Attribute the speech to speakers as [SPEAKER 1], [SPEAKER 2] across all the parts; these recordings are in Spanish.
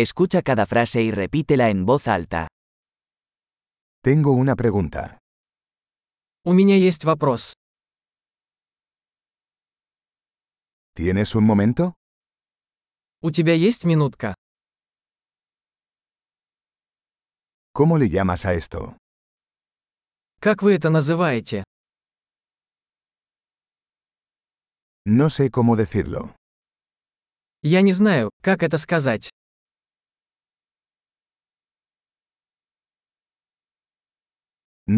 [SPEAKER 1] Escucha cada frase y repítela en voz alta.
[SPEAKER 2] Tengo una pregunta.
[SPEAKER 3] У меня есть вопрос.
[SPEAKER 2] ¿Tienes un momento?
[SPEAKER 3] У тебя есть минутка?
[SPEAKER 2] ¿Cómo le llamas a esto?
[SPEAKER 3] Как вы это называете?
[SPEAKER 2] No sé cómo decirlo.
[SPEAKER 3] Я не знаю, как это сказать.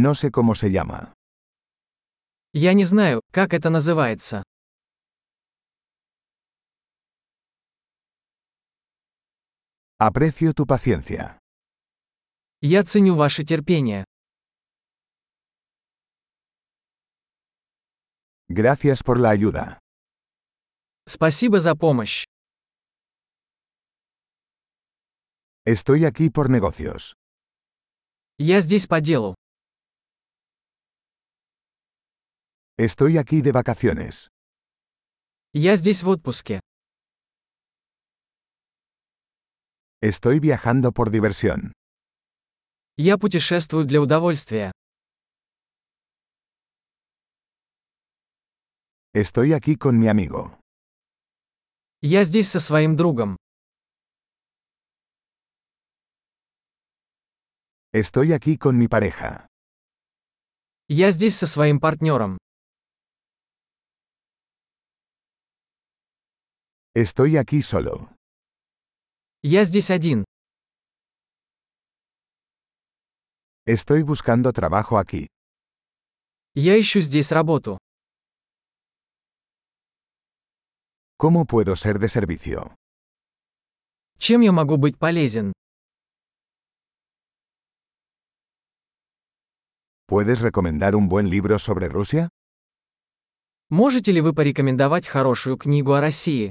[SPEAKER 2] No sé cómo se llama.
[SPEAKER 3] Я не знаю, как это называется.
[SPEAKER 2] Aprecio tu paciencia.
[SPEAKER 3] Я ценю ваше терпение.
[SPEAKER 2] Gracias por la ayuda.
[SPEAKER 3] Спасибо за помощь.
[SPEAKER 2] Estoy aquí por negocios.
[SPEAKER 3] Я здесь по делу.
[SPEAKER 2] Estoy aquí de vacaciones.
[SPEAKER 3] Я здесь в отпуске.
[SPEAKER 2] Estoy viajando por diversión.
[SPEAKER 3] Я путешествую для удовольствия.
[SPEAKER 2] Estoy aquí con mi amigo.
[SPEAKER 3] Я здесь со своим другом.
[SPEAKER 2] Estoy aquí con mi pareja.
[SPEAKER 3] Я здесь со своим партнером.
[SPEAKER 2] Estoy aquí solo.
[SPEAKER 3] Я здесь один.
[SPEAKER 2] Estoy buscando trabajo aquí.
[SPEAKER 3] Я ищу здесь работу.
[SPEAKER 2] ¿Cómo puedo ser de servicio?
[SPEAKER 3] Чем я могу быть полезен?
[SPEAKER 2] ¿Puedes recomendar un buen libro sobre Rusia?
[SPEAKER 3] Можете ли вы порекомендовать хорошую книгу о России?